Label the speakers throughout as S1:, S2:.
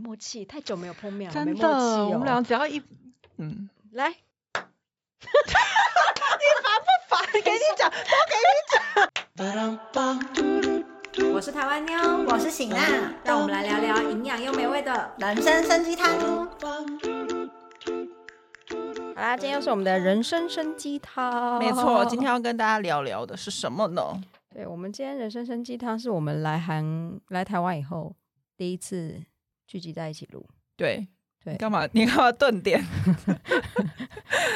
S1: 默契，太哎久没有碰面了，没
S2: 真的，
S1: 默契哦。
S2: 我们俩只要一嗯，
S1: 来，
S2: 烦， 给你讲，
S3: 我是台湾妞，我是醒娜，让我们来聊聊营养又美味的人嗯生生鸡汤哦。
S1: 好啦，今天又是我们的人生生鸡汤。
S2: 没错，今天要跟大家聊聊的是什么呢？
S1: 对我们今天人生生鸡汤是我们来韩来台湾以后第一次聚集在一起录。
S2: 对。
S1: 对
S2: 你干嘛？你干嘛顿点？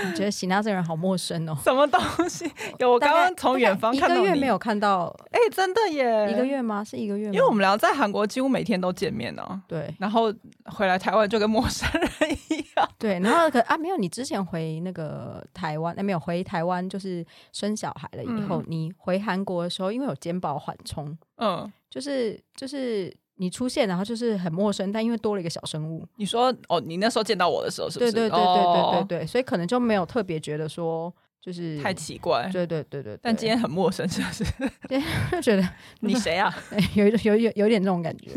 S1: 你觉得喜娜这个人好陌生哦。
S2: 什么东西？有我刚
S1: 大概
S2: 刚从远方
S1: 大概
S2: 看到
S1: 一
S2: 你。
S1: 个月没有看到，
S2: 哎、真的耶！
S1: 一个，月吗？是一个月吗？
S2: 因为我们俩在韩国几乎每天都见面呢、
S1: 对
S2: 然后回来台湾就跟陌生人一样。
S1: 对，然后可啊没有，你之前回那个台湾，哎、没有回台湾，就是生小孩了以后，
S2: 嗯
S1: 你回韩国的时候，因为有肩膀缓冲，
S2: 嗯，
S1: 就是就是你出现，然后就是很陌生，但因为多了一个小生物，
S2: 你说哦，你那时候见到我的时候是不
S1: 对
S2: 是？
S1: 对对对对对
S2: 哦
S1: 对，所以可能就没有特别觉得说就是
S2: 太奇怪。
S1: 对对对对对，
S2: 但今天很陌生，是不是？
S1: 就 觉得、
S2: 你谁啊？
S1: 哎有一有有有点这种感觉，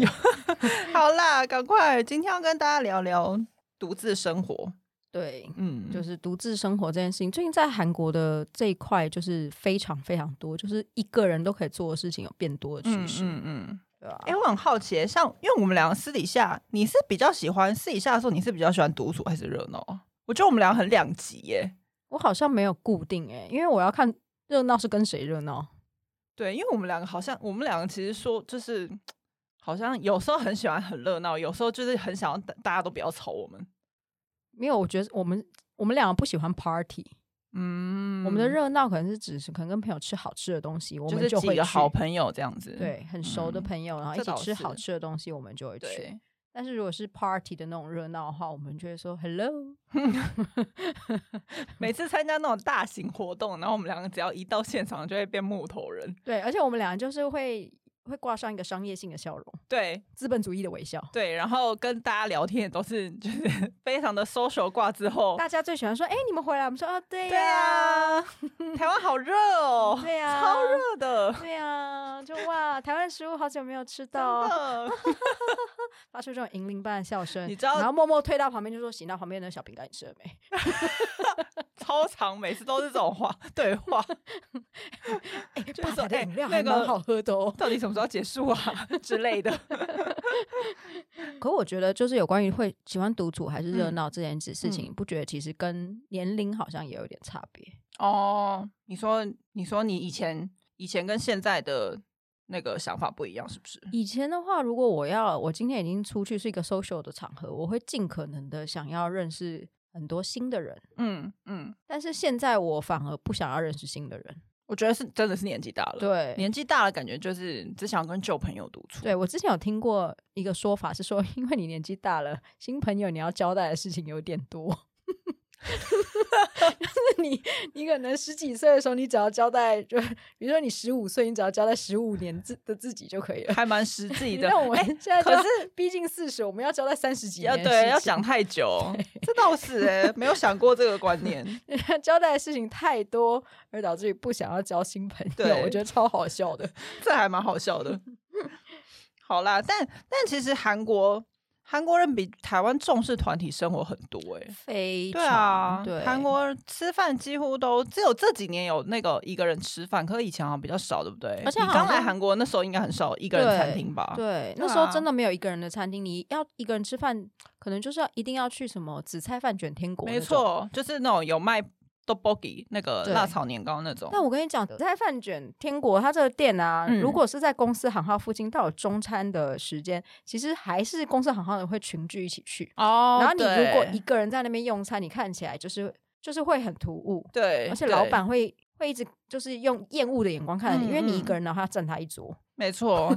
S2: 好啦，赶快，今天要跟大家聊聊独自生活。
S1: 对，
S2: 嗯，
S1: 就是是独自生活这件事情，最近在韩国的这一块就是非常非常多，就是一个人都可以做的事情有变多的趋
S2: 嗯
S1: 势，
S2: 嗯嗯。
S1: 对啊吧、
S2: 哎、我很好奇，像因为我们俩私底下，你是比较喜欢私底下的时候，你是比较喜欢独处还是热闹啊？我觉得我们俩很两极耶。
S1: 我好像没有固定哎、因为我要看热闹是跟谁热闹。
S2: 对，因为我们两个好像，我们两个其实说就是，好像有时候很喜欢很热闹，有时候就是很想要大大家都不要吵我们。
S1: 没有，我觉得我们我们两个不喜欢 party，、
S2: 嗯
S1: 我们的热闹可能是只是可能跟朋友吃好吃的东西，我
S2: 就
S1: 们
S2: 是
S1: 会
S2: 几
S1: 去。
S2: 个好朋友这样子。
S1: 对，很熟的朋友，然后一
S2: 嗯这
S1: 起
S2: 倒
S1: 吃好
S2: 是
S1: 吃的东西，我们就会去。
S2: 对，
S1: 但是如果是 party 的那种热闹的话，我们就会说 hello。
S2: 每次参加那种大型活动，然后我们两个只要一到现场就会变木头人。
S1: 对，而且我们俩就是会会挂上一个商业性的笑容，
S2: 对
S1: 资本主义的微笑。
S2: 对，然后跟大家聊天也都是就是 非常的 social 挂之后，
S1: 大家最喜欢说：“哎、你们回来。”我们说：“哦，对
S2: 对
S1: 呀、
S2: 啊，台湾好热哦，
S1: 对啊呀
S2: 超热的，
S1: 对呀、就哇，台湾食物好久没有吃
S2: 真
S1: 到，
S2: 的。
S1: 发出这种银铃般的笑声。
S2: 你知道
S1: 然后默默退到旁边，就说：“醒到旁边的小饼干，你吃了没
S2: 超长，每次都是这种话对话，？”
S1: 哎、
S2: 就是
S1: 爸
S2: 说
S1: 爸的
S2: 哎
S1: 饮料
S2: 那
S1: 还蛮
S2: 个
S1: 好喝的哦。
S2: 到底什么时候结束 啊之类的。
S1: 可我觉得，就是有关于会喜欢独处还是热闹这件事事情，不觉得其实跟年龄好像也有点差别。
S2: 哦，你说，你说你以前以前跟现在的那个想法不一样，是不是？
S1: 以前的话，如果我要我今天已经出去是一个 social 的场合，我会尽可能的想要认识很多新的人。
S2: 嗯嗯，
S1: 但是现在我反而不想要认识新的人，
S2: 我觉得是真的是年纪大了，，
S1: 对，
S2: 年纪大了感觉就是只想跟旧朋友独处。
S1: 对我之前有听过一个说法是说，因为你年纪大了，新朋友你要交代的事情有点多， 就是你你可能十几岁的时候，你只要交代，就比如说你十五岁，你只要交代十五年自的自己就可以了。
S2: 还蛮实际 的。
S1: 那我们
S2: 哎
S1: 现在
S2: 可
S1: 就要逼近四十，我们要交代三十几
S2: 要
S1: 年的事情，
S2: 对要想太久，这倒是哎、没有想过这个观念。
S1: 交代的事情 太多，而导致于不想要交新朋友，
S2: 对
S1: 我觉得超好笑的。
S2: 这还蛮好笑 的。好啦，但但其实韩国韩国人比台湾重视团体生活很多哎、
S1: 非
S2: 对啊，
S1: 对
S2: 韩国吃饭几乎都只有这几年有那个一个人吃饭，可是以前好像比较少，对不对？
S1: 而且
S2: 你
S1: 好
S2: 刚来
S1: 像
S2: 韩国那时候应该很少一个人餐厅吧？对
S1: 对，那时候
S2: 啊
S1: 真的没有一个人的餐厅，你要一个人吃饭，可能就是要一定要去什么紫菜饭卷天国，
S2: 没。错，就是那种有卖 tteokbokki 那个
S1: 对
S2: 辣炒年糕那种。
S1: 但我跟你讲，紫菜饭卷天国它这个店啊，
S2: 嗯
S1: 如果是在公司行号附近，到了中餐的时间，其实还是公司行号人会群聚一起去。
S2: 哦
S1: 然后你如果
S2: 对
S1: 一个人在那边用餐，你看起来就是就是会很突兀，
S2: 对，
S1: 而且
S2: 对
S1: 老板会会一直就是用厌恶的眼光看着你，
S2: 嗯
S1: 因为你一
S2: 嗯
S1: 个人，然后他占他一桌。
S2: 没 错，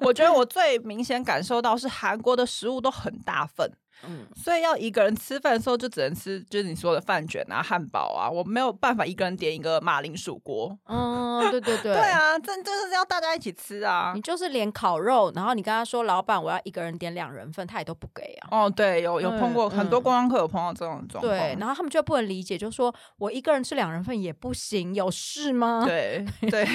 S2: 我觉得我最明显感受到是韩国的食物都很大份，
S1: 嗯，
S2: 所以要一个人吃饭的时候，就只能吃就是你说的饭卷啊、汉堡啊，我没有办法一个人点一个马铃薯锅。
S1: 嗯，对对对，
S2: 对啊，这就是要大家一起吃啊
S1: 你。就是连烤肉，然后你跟他说老板我要一个人点两人份，他也都不给啊。
S2: 哦，对，有有碰过、
S1: 嗯
S2: 很多
S1: 嗯
S2: 观光客有碰到这种状况。
S1: 对，然后他们就不能理解，就说我一个人吃两人份也不行，有事吗？
S2: 对 对，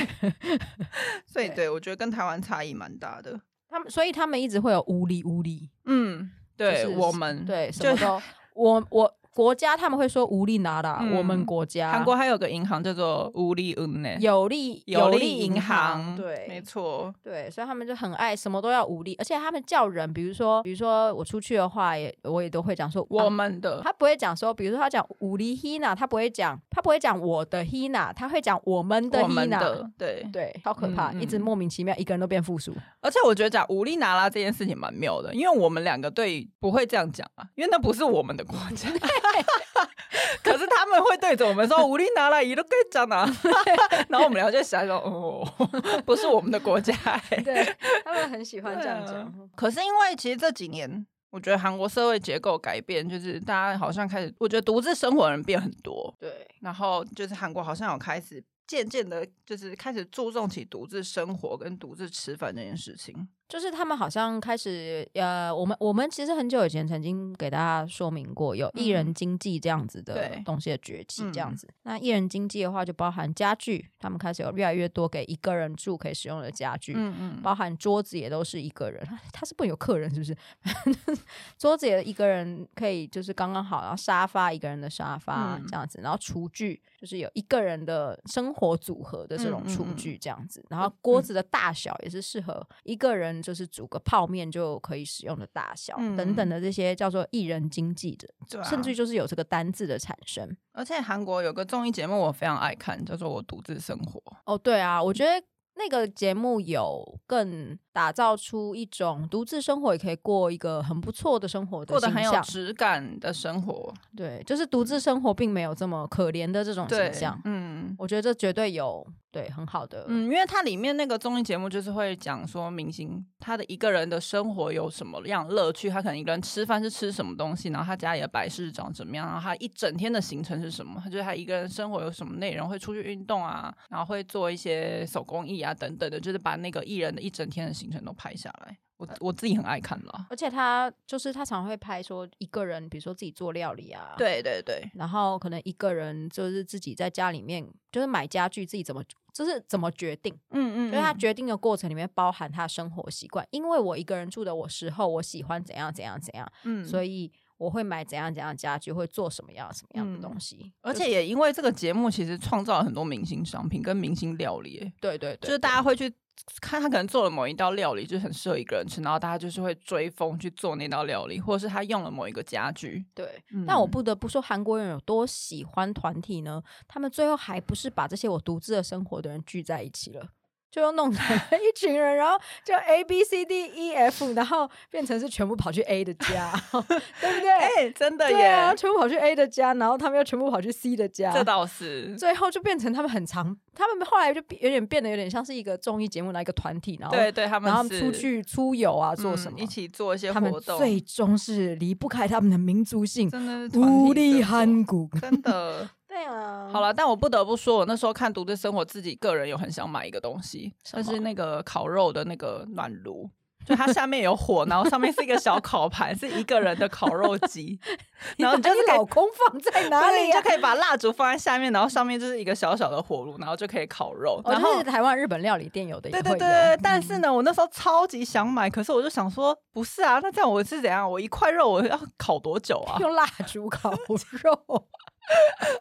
S2: 所以
S1: 对
S2: 对我觉得跟台湾差异蛮大的。
S1: 他们所以他们一直会有无理无理。
S2: 嗯，对
S1: 就是
S2: 我们
S1: 对什
S2: 就
S1: 么都，我我国家他们会说无力拿啦，
S2: 嗯
S1: 我们国家
S2: 韩国还有个银行叫做乌利恩呢，
S1: 有利
S2: 有
S1: 利
S2: 利银
S1: 行，
S2: 没
S1: 对
S2: 错，
S1: 对，所以他们就很爱什么都要无力，而且他们叫人，比如说比如说我出去的话也，我也都会讲说
S2: 我
S1: 啊
S2: 们的
S1: 他不会讲说，比如说他讲武力 Hina，他不会讲，他不会讲我的 Hina，他会讲我们的
S2: 我们
S1: Hina，
S2: 的对。
S1: 对，超可怕，
S2: 嗯
S1: 一直
S2: 嗯
S1: 莫名其妙一个人都变复数，
S2: 而且我觉得讲无力拿拉这件事情蛮妙的，因为我们两个对不会这样讲啊，因为那不是我们的国家。可是他们会对着我们说“无力拿拉一路跟讲啊”，然后我们俩就想说：“哦，不是我们的国家、欸。
S1: 对他们很喜
S2: 欢这样讲”
S1: 啊
S2: 可是因为其实这几年，我觉得韩国社会结构改变，就是大家好像开始，我觉得独自生活的人变很多，
S1: 对，
S2: 然后就是韩国好像有开始渐渐的，就是开始注重起独自生活跟独自吃饭这件事情。
S1: 就是他们好像开始呃，我们我们其实很久以前曾经给大家说明过，有艺人
S2: 嗯
S1: 经济这样子的
S2: 对
S1: 东西的崛起，这样
S2: 嗯
S1: 子。那艺人经济的话，就包含家具，他们开始有越来越多给一个人住可以使用的家具，
S2: 嗯嗯
S1: 包含桌子也都是一个人， 他是不能有客人是不 是？桌子也一个人可以就是刚刚好，然后沙发一个人的沙发、
S2: 嗯
S1: 这样子，然后厨具就是有一个人的生活组合的这种
S2: 嗯嗯
S1: 厨
S2: 嗯
S1: 具这样子，然后锅子的大小也是适合一个人就是煮个泡面就可以使用的大小、
S2: 嗯
S1: 等等的这些叫做艺人经济的，
S2: 对啊
S1: 甚至于就是有这个单字的产生。
S2: 而且韩国有个综艺节目我非常爱看，叫做《我独自生活》。
S1: 哦，对啊，我觉得那个节目有更打造出一种独自生活也可以过一个很不错的生活的
S2: 过得
S1: 形
S2: 很有啊
S1: 象。
S2: 质感的生活，
S1: 对，就是独自生活并没有这么可怜的这种
S2: 对
S1: 形象，。
S2: 嗯
S1: 我觉得这绝对有对很好的，
S2: 嗯，因为它里面那个综艺节目就是会讲说明星他的一个人的生活有什么样乐趣，他可能一个人吃饭是吃什么东西，然后他家里的摆饰长怎么样，然后他一整天的行程是什么，他就是他一个人生活有什么内容，会出去运动啊，然后会做一些手工艺啊等等的，就是把那个艺人的一整天的行程都拍下来。我
S1: 呃
S2: 我自己很爱看啦，
S1: 而且他就是他常会拍说一个人，比如说自己做料理啊，，
S2: 对对对，
S1: 然后可能一个人就是自己在家里面就是买家具自己怎么就是怎么决定，
S2: 嗯嗯，
S1: 所以他决定的过程里面包含他的生活习惯，因为我一个人住的我时候，我喜欢怎样怎样怎样，
S2: 嗯
S1: 所以我会买怎样怎样的家具，会做什么样什么样的东西，
S2: 而
S1: 就是
S2: 且也因为这个节目，其实创造了很多明星商品跟明星料理耶，
S1: 对对对，
S2: 就是大家会去看他可能做了某一道料理，就是很适合一个人吃，然后大家就是会追风去做那道料理，或者是他用了某一个家具。
S1: 对。
S2: 嗯
S1: 但我不得不说，韩国人有多喜欢团体呢？他们最后还不是把这些我独自的生活的人聚在一起了。就又弄成了一群人，然后就 A B C D E F，然后变成是全部跑去 A 的家， 对不对？
S2: 哎、真的
S1: 对
S2: 耶，
S1: 啊，全部跑去 A 的家，然后他们又全部跑去 C 的家，
S2: 这倒是。
S1: 最后就变成他们很常，他们后来就变有点变得有点像是一个综艺节目的一个团体，然后
S2: 对对，他们
S1: 然后他们
S2: 是
S1: 出去出游啊，做什
S2: 嗯
S1: 么？
S2: 一起做一些
S1: 他们
S2: 活动，
S1: 最终是离不开他们的民族性，
S2: 真的是团体
S1: 无力
S2: 生活
S1: 韩 国。
S2: 真的。
S1: 对
S3: 哦
S1: 啊
S2: 好，了，但我不得不说，我那时候看《独自生活》，自己个人有很想买一个东西，
S1: 什
S2: 就
S1: 么
S2: 是那个烤肉的那个暖炉。就它下面有火，然后上面是一个小烤盘，是一个人的烤肉机，然后
S1: 你
S2: 你
S1: 把
S2: 就是
S1: 你
S2: 可以
S1: 老公放 在哪
S2: 所以
S1: 里啊
S2: 你就
S1: 呀？
S2: 可以把蜡烛放在下面，然后上面就是一个小小的火炉，然后就可以烤肉。
S1: 哦，
S2: 然
S1: 就
S2: 后
S1: 是台湾、日本料理店有的也
S2: 对
S1: 会
S2: 对
S1: 有，
S2: 对对，但是呢，我那时候超级想买，可是我就想说，不是啊，那这样我是怎样？我一块肉我要烤多久 啊？
S1: 用蜡烛烤肉。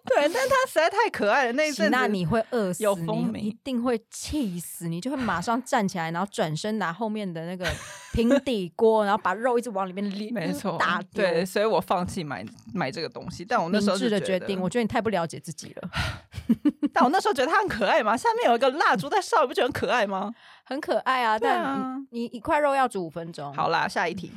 S2: 对，但它实在太可爱了，那一
S1: 喜
S2: 阵
S1: 娜，
S2: 子
S1: 你会饿死，
S2: 有
S1: 你
S2: 风靡
S1: 一定会气死，你就会马上站起来，然后转身拿后面的 那个平底锅，然后把肉一直往里面淋，
S2: 没错，
S1: 打丢。
S2: 对，所以我放弃买买这个东西。但我那
S1: 明
S2: 时候
S1: 智
S2: 是
S1: 的
S2: 觉
S1: 决
S2: 得
S1: 定，我觉得你太不了解自己了，
S2: 但我那时候觉得它很可爱嘛，下面有一个蜡烛在烧，你不觉得很可爱吗？
S1: 很可爱啊，
S2: 对
S1: 但
S2: 啊
S1: 你你一块肉要煮五分钟。
S2: 好啦，下一题。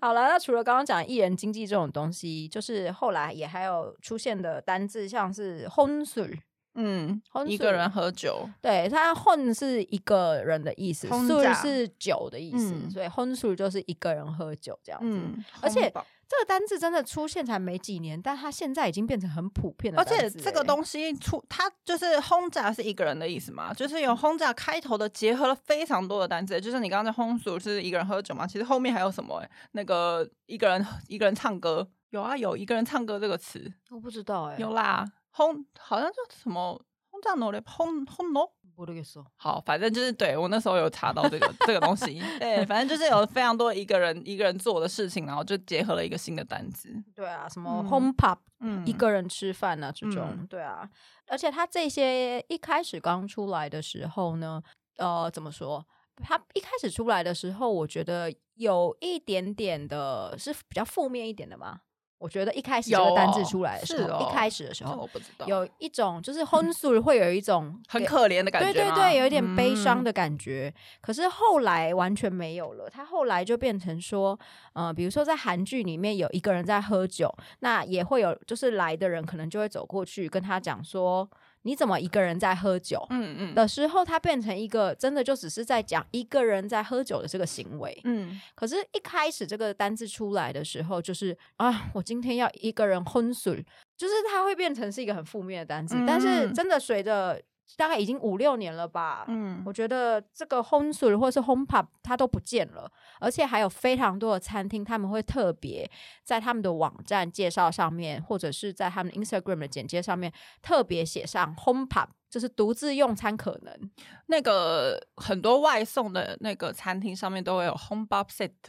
S1: 好了，那除了刚刚讲艺人经济这种东西，就是后来也还有出现的单字，像是 honsul，
S2: 嗯，
S1: 혼술
S2: 一个人喝酒，
S1: 对，它 hon 是一个人的意思
S2: 혼자
S1: ，sul 是酒的意思，
S2: 嗯
S1: 所以 honsul 就是一个人喝酒这样子。
S2: 嗯，
S1: 而且
S2: 烘焙
S1: 这个单字真的出现才没几年，但它现在已经变成很普遍的
S2: 而
S1: 单字欸、
S2: 且这个东西出，它就是轰炸是一个人的意思嘛，就是有轰炸开头的，结合了非常多的单词，就是你刚刚在轰俗是一个人喝酒嘛，其实后面还有什么、欸？那个一个人一个人唱歌，有啊有一个人唱歌这个词
S1: 我不知道哎、
S2: 有啦，轰好像叫什么轰炸 no 嘞，轰轰 no
S1: 我都给说，
S2: 好，反正就是对我那时候有查到这个这个东 西，对，反正就是有非常多一个人一个人做的事情，然后就结合了一个新的单词，
S1: 对啊，什么
S2: 嗯
S1: home pub
S2: 嗯
S1: 一个人吃饭啊，这种，
S2: 嗯
S1: 对啊。而且他这些一开始刚出来的时候呢，呃，怎么说？他一开始出来的时候，我觉得有一点点的是比较负面一点的嘛。我觉得一开始这
S2: 有
S1: 个单字
S2: 哦
S1: 出来的时
S2: 是
S1: 候，
S2: 哦
S1: 一开始的时
S2: 这我
S1: 候
S2: 不知道，
S1: 有一种就是 h o n s u 会有一种
S2: 很
S1: 给
S2: 可怜的感觉吗，
S1: 对对对，有一点悲
S2: 嗯
S1: 伤的感觉。可是后来完全没有了，他后来就变成说，呃，比如说在韩剧里面有一个人在喝酒，那也会有就是来的人可能就会走过去跟他讲说，你怎么一个人在喝酒？
S2: 嗯嗯
S1: 的时候，他变成一个真的就只是在讲一个人在喝酒的这个行为。
S2: 嗯，
S1: 可是，一开始这个单字出来的时候，就是啊，我今天要一个人昏睡，就是它会变成是一个很负面的单字。但是，
S2: 嗯
S1: 真的随着大概已经五六年了吧，
S2: 嗯
S1: 我觉得这个 home s u 或是 home pub 它都不见了，而且还有非常多的餐厅，他们会特别在他们的网站介绍上面，或者是在他们 Instagram 的简介上面特别写上 home pub，就是独自用餐可能。
S2: 那个很多外送的那个餐厅上面都会有 home bar set，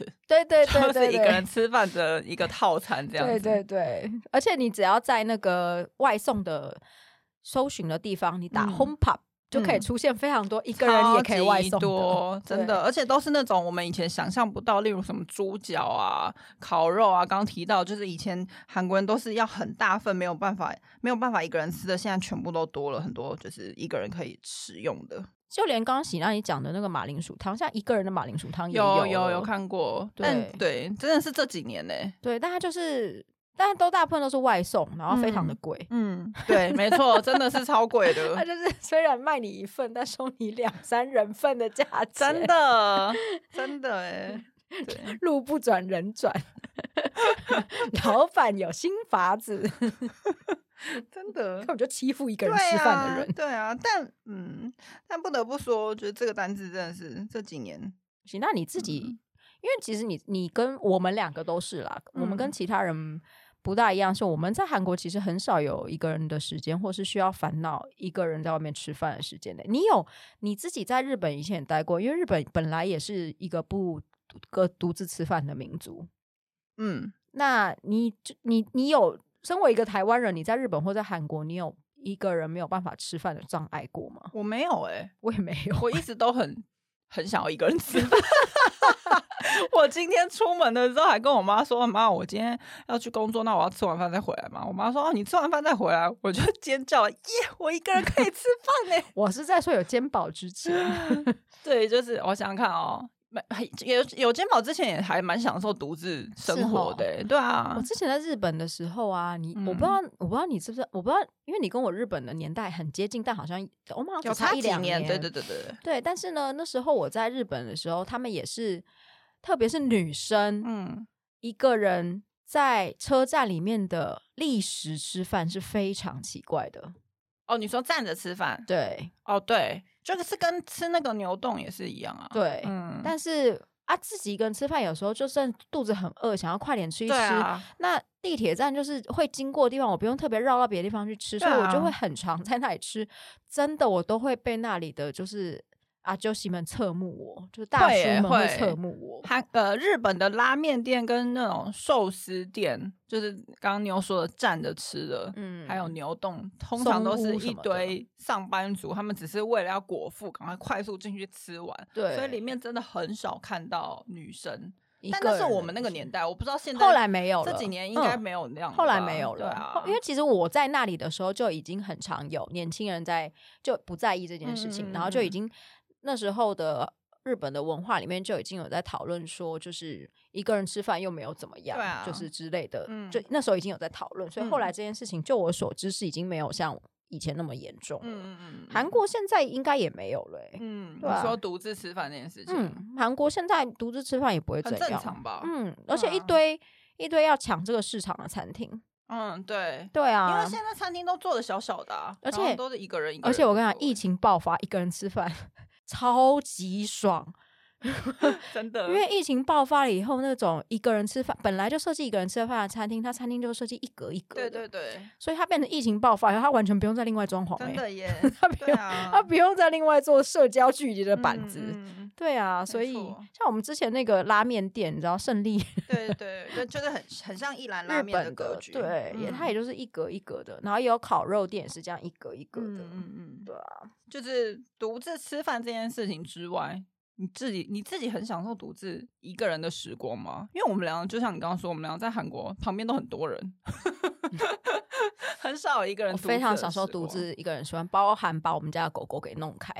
S1: 对对对对
S2: 就
S1: 对，
S2: 是一个人吃饭的一个套餐这样子。
S1: 对对对，而且你只要在那个外送的搜寻的地方，你打
S2: 嗯
S1: home pub、就可以
S2: 嗯
S1: 出现非常多一
S2: 一
S1: 个人也可以外送的。
S2: 多，真
S1: 对
S2: 的，而且都是那种我们以前想象不到，例如什么猪脚啊、烤肉啊，刚刚提到，就是以前韩国人都是要很大份，没有办法，没有办法一个人吃的，现在全部都多了很多，就是一个人可以食用的。
S1: 就连刚刚喜娜你讲的那个马铃薯汤，像一个人的马铃薯汤也
S2: 有
S1: 有
S2: 有有
S1: 了
S2: 看过，但对，真的是这几年呢、
S1: 对，但它就是，但都大部分都是外送，然后非常的贵。
S2: 嗯，对，没错，真的是超贵 的，
S1: 它就是虽然卖你一份，但收你两三人份的价钱，
S2: 真的，真的哎，对，
S1: 路不转人转， 老板有新 法子，
S2: 真的
S1: 根。本就欺负一个
S2: 对
S1: 人吃饭的人。
S2: 啊，对啊，但嗯，但不得不说，觉得这个单字真的是这几年，
S1: 行，那你自己，
S2: 嗯
S1: 因为其实你你跟我们两个都是啦，我们跟
S2: 嗯
S1: 其他人不大一样，是我们在韩国其实很少有一个人的时间，或是需要烦恼一个人在外面吃饭的时间的。你有你自己在日本以前也待过，因为日本本来也是一个不个独自吃饭的民族。
S2: 嗯，
S1: 那你就你你有身为一个台湾人，你在日本或在韩国，你有一个人没有办法吃饭的障碍过吗？
S2: 我没有哎、
S1: 我也没有，
S2: 我一直都很很想要一个人吃饭。 我今天出门的时候还跟我妈说：“妈，我今天要去工作，那我要吃完饭再回来嘛。”我妈说：“哦，你吃完饭再回来。”我就 尖叫：“耶，我一个人可以吃饭呢、
S1: 我是在说有肩膀之前。
S2: 对，就是我想想看哦，没有有肩膀之前也还蛮享受独自
S1: 是
S2: 生活
S1: 哦
S2: 的欸、对啊
S1: 我，之前在日本的时候啊，你、我不知
S2: 嗯
S1: 道，我不知道你知不知道，我不知道，因为你跟我日本的年代很接近，但好像我们好像只差一
S2: 几
S1: 两
S2: 对对对对，对
S1: 对但是呢，那时候我在日本的时候，他们也是，特别是女生、
S2: 嗯，
S1: 一个人在车站里面的立时吃饭是非常奇怪的。
S2: 哦，你说站着吃饭，
S1: 对
S2: 哦，对，就是跟吃那个牛冻也是一样啊，，
S1: 对、
S2: 嗯，
S1: 但是啊，自己一个人吃饭，有时候就算肚子很饿，想要快点吃一吃，
S2: 对啊，
S1: 那地铁站就是会经过的地方，我不用特别绕到别的地方去吃，所
S2: 对
S1: 以我就
S2: 啊
S1: 会很常在那里吃。真的，我都会被那里的就是阿啾西们侧目我，就是大
S2: 会
S1: 叔
S2: 耶
S1: 们会
S2: 会
S1: 侧目我。
S2: 韩呃日本的拉面店跟那种寿司店，就是刚刚妞说的站着吃的。
S1: 嗯
S2: 还有牛冻，通常都是
S1: 松屋什
S2: 一
S1: 么的
S2: 堆上班族，他们只是为了要果腹，赶快快速进去吃完，
S1: 对，
S2: 所以里面真的很少看到女生。
S1: 一
S2: 但
S1: 个
S2: 那是
S1: 人
S2: 我
S1: 的
S2: 们那个
S1: 时
S2: 年
S1: 候，
S2: 代，我不知道现在
S1: 后来没有了，
S2: 这几年应该
S1: 嗯
S2: 没有那样了吧、
S1: 后来没有
S2: 对
S1: 了，
S2: 啊
S1: 后，因为其实我在那里的时候就已经很常有年轻人在就不在意这件事情，
S2: 嗯嗯
S1: 然后就已
S2: 嗯
S1: 经那时候的日本的文化里面就已经有在讨论说，就是一个人吃饭又没有怎么样，
S2: 对啊
S1: 就是之类的，
S2: 嗯
S1: 就那时候已经有在讨论，所以后来
S2: 嗯
S1: 这件事情就我所知是已经没有像以前那么严重了。
S2: 嗯嗯嗯，
S1: 韩国现在应该也没有了、欸，
S2: 嗯，
S1: 对啊
S2: 你说独自吃饭这件事情，
S1: 嗯，韩国现在独自吃饭也不会怎
S2: 很
S1: 样，
S2: 正常吧？
S1: 嗯，而且一
S2: 啊
S1: 堆、一堆要抢这个市场的餐厅，
S2: 嗯，对，
S1: 对啊，
S2: 因为现在餐厅都做的小小的、啊，
S1: 而
S2: 然后
S1: 且
S2: 都是一个人一个人做，
S1: 而且我跟你讲，疫情爆发，一个人吃饭超级爽。
S2: 真的，
S1: 因为疫情爆发了以后，那种一个人吃饭本来就设计一个人吃饭的餐厅，它餐厅就设计一格一格，
S2: 对，对对，
S1: 所以它变成疫情爆发以后，它完全不用再另外装潢、欸，
S2: 真的 耶，
S1: 它不
S2: 对
S1: 用、
S2: 啊，
S1: 它不用再另外做社交距离的板子。
S2: 嗯嗯
S1: 对啊，所以
S2: 错
S1: 像我们之前那个拉面店，你知道胜利
S2: 嗯对对，就就是很很像一 兰拉
S1: 日
S2: 面
S1: 本
S2: 格
S1: 的，
S2: 局，
S1: 对，也
S2: 嗯
S1: 它也就是一格一格的，然后也有烤肉店也是这样一格一格
S2: 嗯
S1: 的，
S2: 嗯嗯，
S1: 对啊，
S2: 就是独自吃饭这件事情之外。你自己你自己很享受独自一个人的时光吗？因为我们俩就像你刚刚说，我们俩在韩国旁边都很多人， 很少有一个人
S1: 我
S2: 独自
S1: 非常
S2: 的
S1: 享受
S2: 时
S1: 独
S2: 光。
S1: 自一个人喜欢，包含把我们家的狗狗给弄开，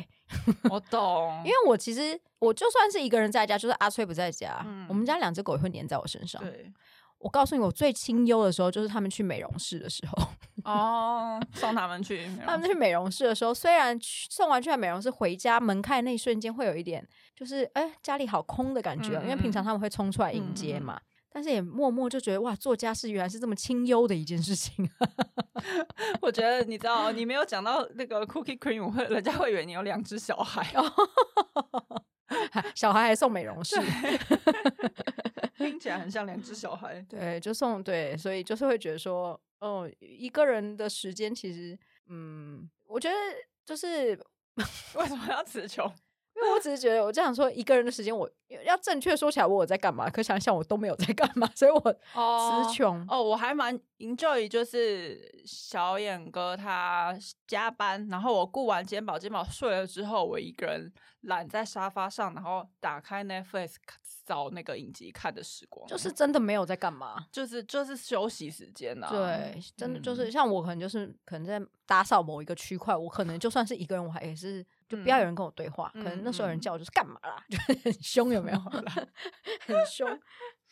S2: 我懂，
S1: 因为我其实我就算是一个人在家，就是阿崔不在家，
S2: 嗯
S1: 我们家两只狗也会黏在我身上。
S2: 对
S1: 我告诉你，我最清幽的时候就是他们去美容室的时候，
S2: 哦，送他们去，
S1: 他们去美容室的时候，虽然去送完去完美容室回家，门开的那一瞬间会有一点，就是哎、家里好空的感觉哦，
S2: 嗯
S1: 因为平常他们会冲出来迎接嘛。但是也默默就觉得哇，做家事原来是这么清幽的一件事情、啊。
S2: 我觉得你知道，哦你没有讲到那个 Cookie Cream，我会人家会以为你有两只小孩，
S1: 哦小孩还送美容室，
S2: 听起来很像两只小 孩。
S1: 对，就送对，所以就是会觉得说，哦，一个人的时间其实，嗯，我觉得就是
S2: 为什么要词穷？
S1: 因为我只是觉得，我这样说一个人的时间，我要正确说起来，我有在干嘛？可想想我都没有在干嘛，所以我词穷。
S2: 哦，我还蛮 enjoy，就是小眼哥他加班，然后我顾完肩膀，肩膀睡了之后，我一个人懒在沙发上，然后打开 Netflix 找那个影集看的时光，
S1: 就是真的没有在干嘛。
S2: 就是就是休息时间啊。
S1: 对，真的就是、
S2: 嗯
S1: 像我，可能就是可能在打扫某一个区块，我可能就算是一个人，我还也是就不要有人跟我对话。可能那时候有
S2: 嗯
S1: 人
S2: 嗯嗯
S1: 叫我就是干嘛啦， 就是很 凶，有没有？
S2: 啦
S1: 很凶。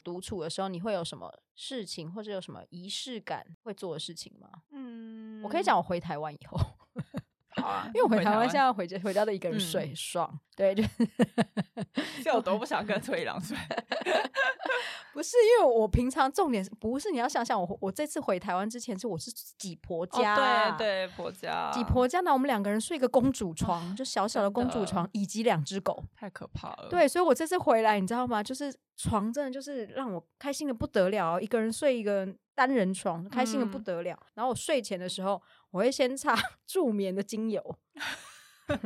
S1: 独处的时候，你会有什么事情，或者有什么仪式感会做的事情吗？
S2: 嗯
S1: 我可以讲，我回台湾以后，
S2: 好啊，
S1: 因为我回台湾现在回家回家都一个人
S2: 嗯
S1: 睡，爽。对，就
S2: 所以我都不想跟崔一郎睡。
S1: 不是因为我平常重点是不是你要想想我我这次回台湾之前是我是挤婆家、
S2: 哦、对对婆家，
S1: 挤婆家呢，我们两个人睡一个公主床，就小小的公主床，以及两只狗。
S2: 太可怕了。
S1: 对，所以我这次回来，你知道吗？就是床真的就是让我开心的不得了，一个人睡一个单人床，开心的不
S2: 嗯
S1: 得了。然后我睡前的时候，我会先擦 助眠的精油， 对，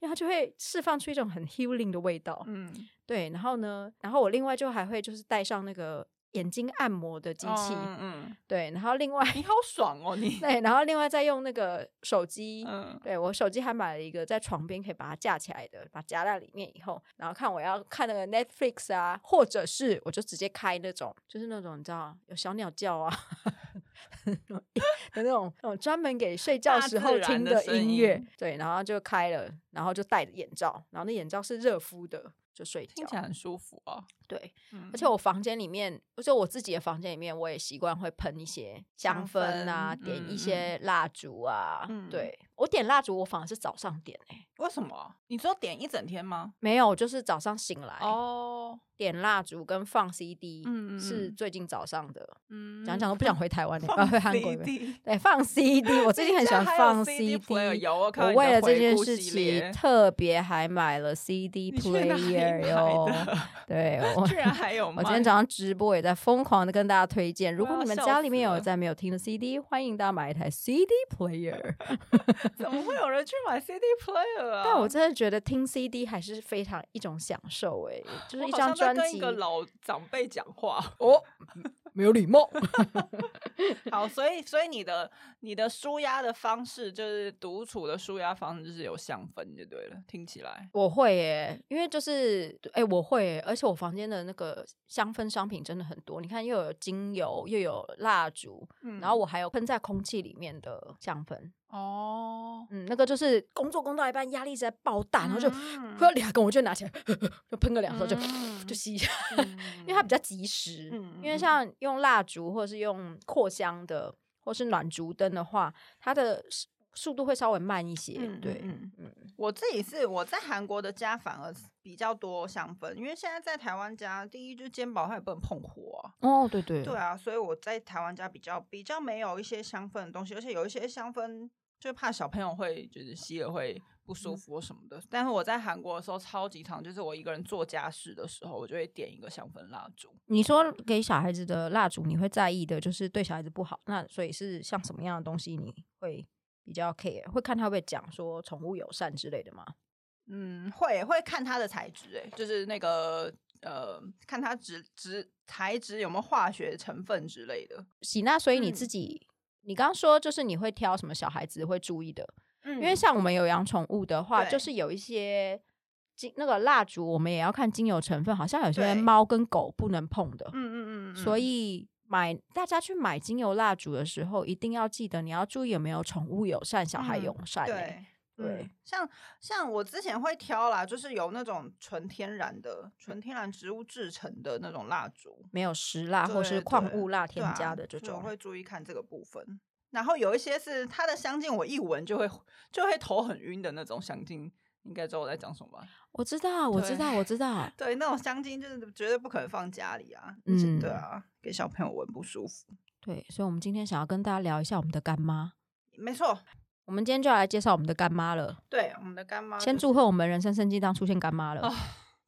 S1: 因为它就会释放出一种很 healing 的味道。
S2: 嗯，
S1: 对，然后呢，然后我另外就还会就是带上那个眼睛按摩的机
S2: 哦
S1: 器，
S2: 嗯嗯，
S1: 对，然后另外。
S2: 你好爽哦你
S1: 对，然后另外再用那个手机。
S2: 嗯，
S1: 对我手机还买了一个在床边可以把它架起来的，把它夹在里面以后，然后看我要看那个 Netflix 啊，或者是我就直接开那种，就是那种你知道有小鸟叫啊 的那种，那种专门给睡觉
S2: 大
S1: 时
S2: 自
S1: 候
S2: 然
S1: 听
S2: 的
S1: 的
S2: 声
S1: 音乐
S2: 音，
S1: 对，然后就开了，然后就戴着眼罩，然后那眼罩是热敷的，就睡
S2: 听
S1: 觉
S2: 起。来很舒服啊。
S1: 对，
S2: 嗯
S1: 而且我房间里面，就我自己的房间里面，我也习惯会喷一些香
S2: 香
S1: 氛啊，
S2: 氛
S1: 点
S2: 嗯
S1: 一
S2: 嗯
S1: 些蜡烛啊。
S2: 嗯
S1: 对我点蜡烛，我反而是早上点诶、
S2: 为什么？你只有点一整天吗？
S1: 没有，就是早上醒来、
S2: 哦，
S1: 点蜡烛跟放 CD，
S2: 嗯嗯
S1: 是
S2: 嗯
S1: 最近早上的。
S2: 嗯
S1: 讲讲都不想 回台湾了、啊，
S2: 放
S1: 回 韩国
S2: CD
S1: 了。对，放 CD，我最近很喜欢放
S2: CD player，有我看到
S1: 我
S2: 你
S1: 为
S2: 的
S1: 了这
S2: 回
S1: 件
S2: 顾
S1: 事
S2: 系
S1: 情
S2: 列
S1: 特别还买了 CD
S2: 你去哪里
S1: player
S2: 买
S1: 哟。
S2: 的
S1: 对，我
S2: 居然还有卖，
S1: 我今天早上直播也在疯狂的跟大家推荐，如
S2: 我
S1: 果
S2: 要
S1: 你们
S2: 笑
S1: 家里面
S2: 死
S1: 有
S2: 了
S1: 在没有听的 CD，欢迎大家买一台 CD player。
S2: 怎么会有人去买 CD player 啊？
S1: 但我真的觉得听 CD 还是非常一种享受诶、就是
S2: 我
S1: 一
S2: 好
S1: 张
S2: 像在
S1: 专
S2: 跟
S1: 辑
S2: 一个老长辈讲 话。
S1: 哦，没有礼貌。
S2: 好，所以所以你的你的舒压的方式就是独处的舒压方式就是有香氛就对了，听起来。
S1: 我会耶、因为就是哎、我会耶、而且我房间的那个香氛商品真的很多。你看，又有精油，又有蜡烛，
S2: 嗯
S1: 然后我还有喷在空气里面的香氛。
S2: 哦，
S1: 嗯，那个就是工作工到一半，压力一直在爆大，然后就
S2: 嗯
S1: 喝两根，我就拿起来 就喷个两勺，就
S2: 嗯
S1: 就吸一下，
S2: 嗯
S1: 因为它比较及时。
S2: 嗯
S1: 因为
S2: 嗯
S1: 像用蜡烛或者是用扩香的，或是暖烛灯的话，它的速速度会稍微慢一些。
S2: 嗯
S1: 对，
S2: 嗯
S1: 嗯
S2: 我自己是我在韩国的家反而比较多香氛，因为现在在台湾家，第一就是肩膀它也不能碰火啊、
S1: 哦，对对
S2: 对啊，所以我在台湾家比较比较没有一些香氛的东西，而且有一些香氛就怕小朋友会就是吸了会不
S1: 嗯
S2: 舒服或什么的。但是我在韩国的时候超级长，就是我一个人做家事的时候，我就会点一个香氛蜡烛。
S1: 你说给小孩子的蜡烛，你会在意的就是对小孩子不好，那所以是像什么样的东西你会比较 care？会看他会不会讲说宠物友善之类的吗？
S2: 嗯，会会看它的材质，哎，就是那个呃，看它质质材质有没有化学成分之类的。
S1: 喜娜，所以你
S2: 嗯
S1: 自己，你刚刚说就是你会挑什么小孩子会注意的，
S2: 嗯
S1: 因为像我们有养宠物的话，
S2: 对
S1: 就是有一些精那个蜡烛，我们也要看精油成分，好像有些
S2: 对
S1: 猫跟狗不能碰的，
S2: 嗯嗯嗯，
S1: 所以买大家去买精油蜡烛的时候，一定要记得你要注意有没有宠物友善、小孩
S2: 嗯
S1: 友善、欸
S2: 对。
S1: 对
S2: 嗯，像像我之前会挑啦，就是有那种纯天然的、纯天然植物制成的那种蜡烛，
S1: 没有石蜡或是
S2: 对
S1: 矿
S2: 对
S1: 物蜡
S2: 对
S1: 添
S2: 啊
S1: 加的这
S2: 所以
S1: 种
S2: 我，会注意看这个部分。然后有一些是它的香精，我一闻就会就会头很晕的那种香精，你应该知道我在讲什么吧？
S1: 我知道，我知
S2: 对
S1: 道，我知道。
S2: 对，那种香精就是绝对不可能放家里啊，
S1: 嗯
S2: 对啊，给小朋友闻不舒服。
S1: 对，所以我们今天想要跟大家聊一下我们的干妈。
S2: 没错，
S1: 我们今天就要来介绍我们的干妈了。
S2: 对，我们的干妈
S1: 先
S2: 啊就是
S1: 祝贺我们人生生鸡当出现干妈了。
S2: 啊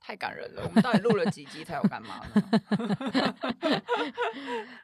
S2: 太感人了，我们到底录了几集才有干妈呢？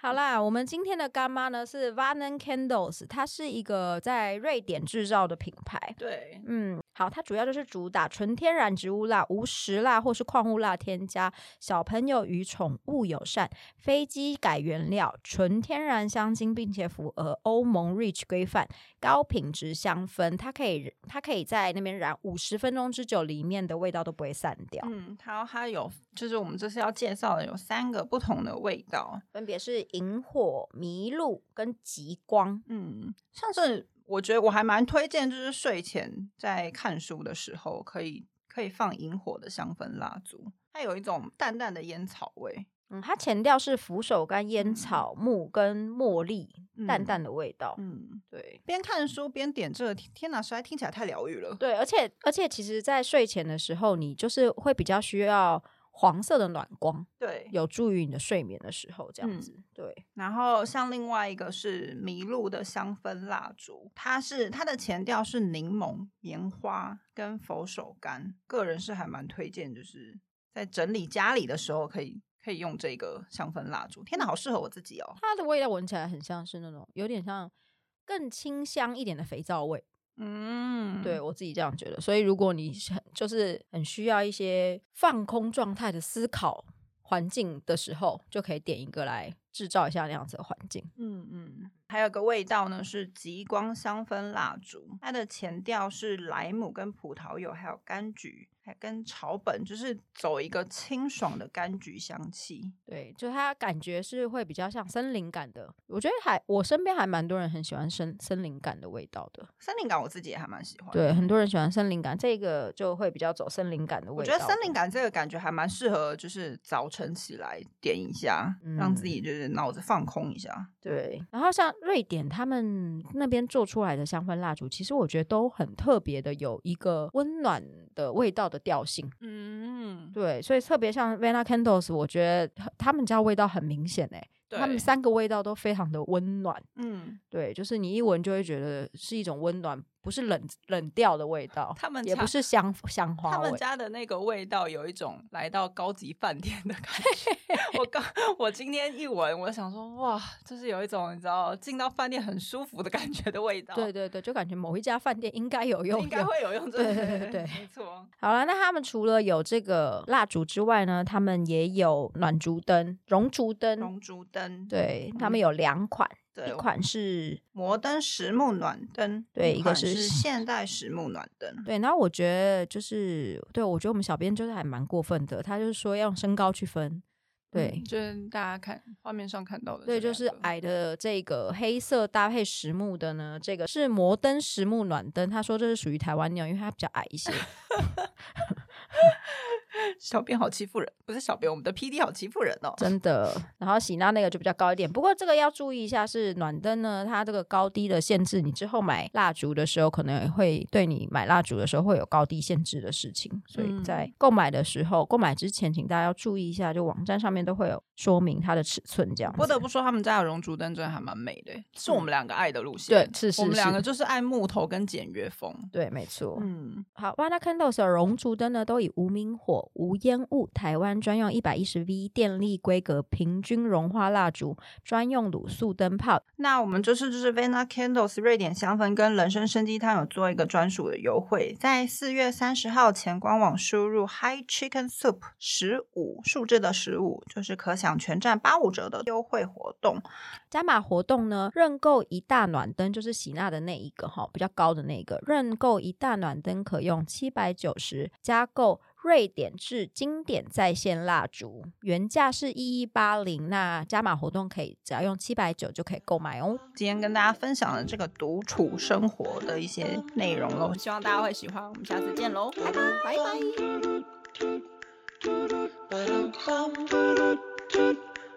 S1: 好啦，我们今天的干妈呢是 Vanen Candles，它是一个在瑞典制造的品牌。
S2: 对，
S1: 嗯，好，它主要就是主打纯天然植物蜡，无石蜡或是矿物蜡添加，小朋友与宠物友善，飞机改原料，纯天然香精，并且符合欧盟 REACH 规范，高品质香氛，它可以它可以在那边燃五十分钟之久，里面的味道都不会散掉，
S2: 嗯，然后它有，就是我们这次要介绍的有三个不同的味道。
S1: 分别是萤火、麋鹿跟极光。
S2: 嗯，像是我觉得我还蛮推荐，就是睡前在看书的时候，可以可以放萤火的香氛蜡烛，它有一种淡淡的烟草味。
S1: 嗯，它前调是扶手柑、烟
S2: 嗯
S1: 草木跟茉莉，淡
S2: 嗯
S1: 淡的味道。
S2: 嗯，对，边看书边点这个，天天哪，实在听起来太疗愈了。
S1: 对，而且而且，其实，在睡前的时候，你就是会比较需要黄色的暖光，
S2: 对，
S1: 有助于你的睡眠的时候，这样
S2: 嗯
S1: 子。对，
S2: 然后像另外一个是麋鹿的香氛蜡烛，它是它的前调是柠檬、棉花跟佛手柑，个人是还蛮推荐，就是在整理家里的时候可以可以用这个香氛蜡烛。天哪，好适合我自己哦。
S1: 它的味道闻起来很像是那种有点像更清香一点的肥皂味，
S2: 嗯，
S1: 对我自己这样觉得。所以，如果你是很就是很需要一些放空状态的思考环境的时候，就可以点一个来制造一下那样子的环境。
S2: 嗯嗯。还有个味道呢是极光香氛蜡烛，它的前调是莱姆跟葡萄柚，还有柑橘，还跟草本，就是走一个清爽的柑橘香气。
S1: 对，就它感觉是会比较像森林感的。我觉得还我身边还蛮多人很喜欢森森林感的味道的。
S2: 森林感我自己也还蛮喜欢的。
S1: 对，很多人喜欢森林感，这个就会比较走森林感的
S2: 我
S1: 味道。
S2: 觉得森林，感这个感觉还蛮适合，就是早晨起来点一下，让
S1: 嗯
S2: 自己就是脑子放空一下。
S1: 对。
S2: 嗯
S1: 然后像瑞典他们那边做出来的香氛蜡烛，其实我觉得都很特别的，有一个温暖的味道的调性。
S2: 嗯，
S1: 对，所以特别像 Vana Candles，我觉得他们家味道很明显诶、他们
S2: 对
S1: 三个味道都非常的温暖。
S2: 嗯，
S1: 对，就是你一闻就会觉得是一种温暖，不是冷冷掉的味道，
S2: 他们
S1: 也
S2: 家
S1: 不是香香花
S2: 他们
S1: 味。
S2: 家的那个味道有一种来到高级饭店的感 觉。我刚我今天一闻，我想说哇，就是有一种你知道进到饭店很舒服的感觉的味道。
S1: 对，对对，就感觉某一家饭店应该有用。
S2: 应该会有用这个。
S1: 对对对对
S2: 没错。
S1: 好了，那他们除了有这个蜡烛之外呢，他们也有暖烛灯、熔烛灯，
S2: 龙烛灯，
S1: 嗯对他们
S2: 嗯
S1: 有两款，
S2: 对
S1: 一款是
S2: 摩登实木暖灯，
S1: 对一个
S2: 款
S1: 是
S2: 是现代实木暖灯。
S1: 对，然后我觉得就是对我觉得我们小编就是还蛮过分的，他就是说要用身高去分，对，
S2: 嗯就是大家看画面上看到的这
S1: 对，
S2: 两个，
S1: 就是哎矮的这个黑色搭配实木的呢，这个是摩登实木暖灯。他说这是属于台湾鸟，因为它比较矮一些。
S2: 小编好欺负人，不是小编，我们的 P D 好欺负人哦。
S1: 真的。然后喜娜那个就比较高一点，不过这个要注意一下，是暖灯呢，它这个高低的限制，你之后买蜡烛的时候，可能也会对你买蜡烛的时候会有高低限制的事情，所以
S2: 嗯
S1: 在购买的时候，购买之前，请大家要注意一下，就网站上面都会有说明它的尺寸这样 子。
S2: 不得不说，他们家的熔烛灯真的还蛮美的，是我们两个爱的路线。
S1: 对，是是
S2: 我们两个
S1: 是，
S2: 就是爱木头跟简约风。
S1: 对，没错。
S2: 嗯，
S1: 好，Wana Candles 的熔烛灯呢，都以无明火、无烟雾、台湾专用一百一十 V 电力规格平均融化蜡烛、专用卤素灯泡
S2: 那我们这次就是 Vena Candles 瑞典香氛跟人参生鸡汤有做一个专属的优惠，在四月三十号前官网输入 High Chicken Soup 十五数字的十五，就是可享全站八五折的优惠活动。
S1: 加码活动呢，认购一大暖灯就是喜娜的那一个哈，比较高的那一个，认购一大暖灯可用七百九十加购。瑞典制经典在线蜡烛原价是一一八零，那加码活动可以只要用七百九就可以购买哦。
S2: 今天跟大家分享了这个独处生活的一些内容喽，希望大家会喜欢。我们下次见喽，拜拜。
S3: Ba-dum-bum, ba-dum-bum.